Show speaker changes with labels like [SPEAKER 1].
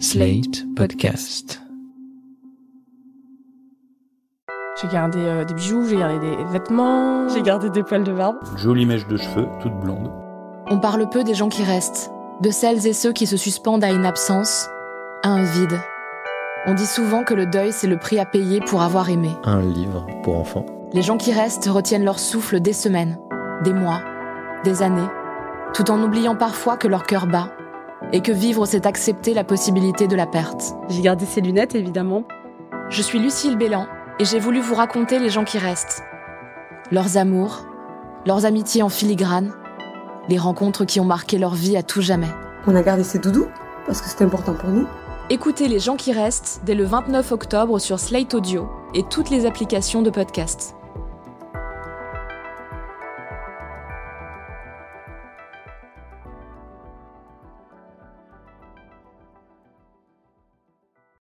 [SPEAKER 1] Slate Podcast.
[SPEAKER 2] J'ai gardé euh, des bijoux, j'ai gardé des vêtements.
[SPEAKER 3] J'ai gardé des poils de barbe.
[SPEAKER 4] Jolie mèche de cheveux, toute blonde.
[SPEAKER 5] On parle peu des gens qui restent, de celles et ceux qui se suspendent à une absence, à un vide. On dit souvent que le deuil, c'est le prix à payer pour avoir aimé.
[SPEAKER 6] Un livre pour enfants.
[SPEAKER 5] Les gens qui restent retiennent leur souffle des semaines, des mois, des années, tout en oubliant parfois que leur cœur bat et que vivre, c'est accepter la possibilité de la perte.
[SPEAKER 3] J'ai gardé ses lunettes, évidemment.
[SPEAKER 5] Je suis Lucille Bélan et j'ai voulu vous raconter les gens qui restent. Leurs amours, leurs amitiés en filigrane, les rencontres qui ont marqué leur vie à tout jamais.
[SPEAKER 7] On a gardé ses doudous parce que c'était important pour nous.
[SPEAKER 5] Écoutez Les gens qui restent dès le 29 octobre sur Slate Audio et toutes les applications de podcast.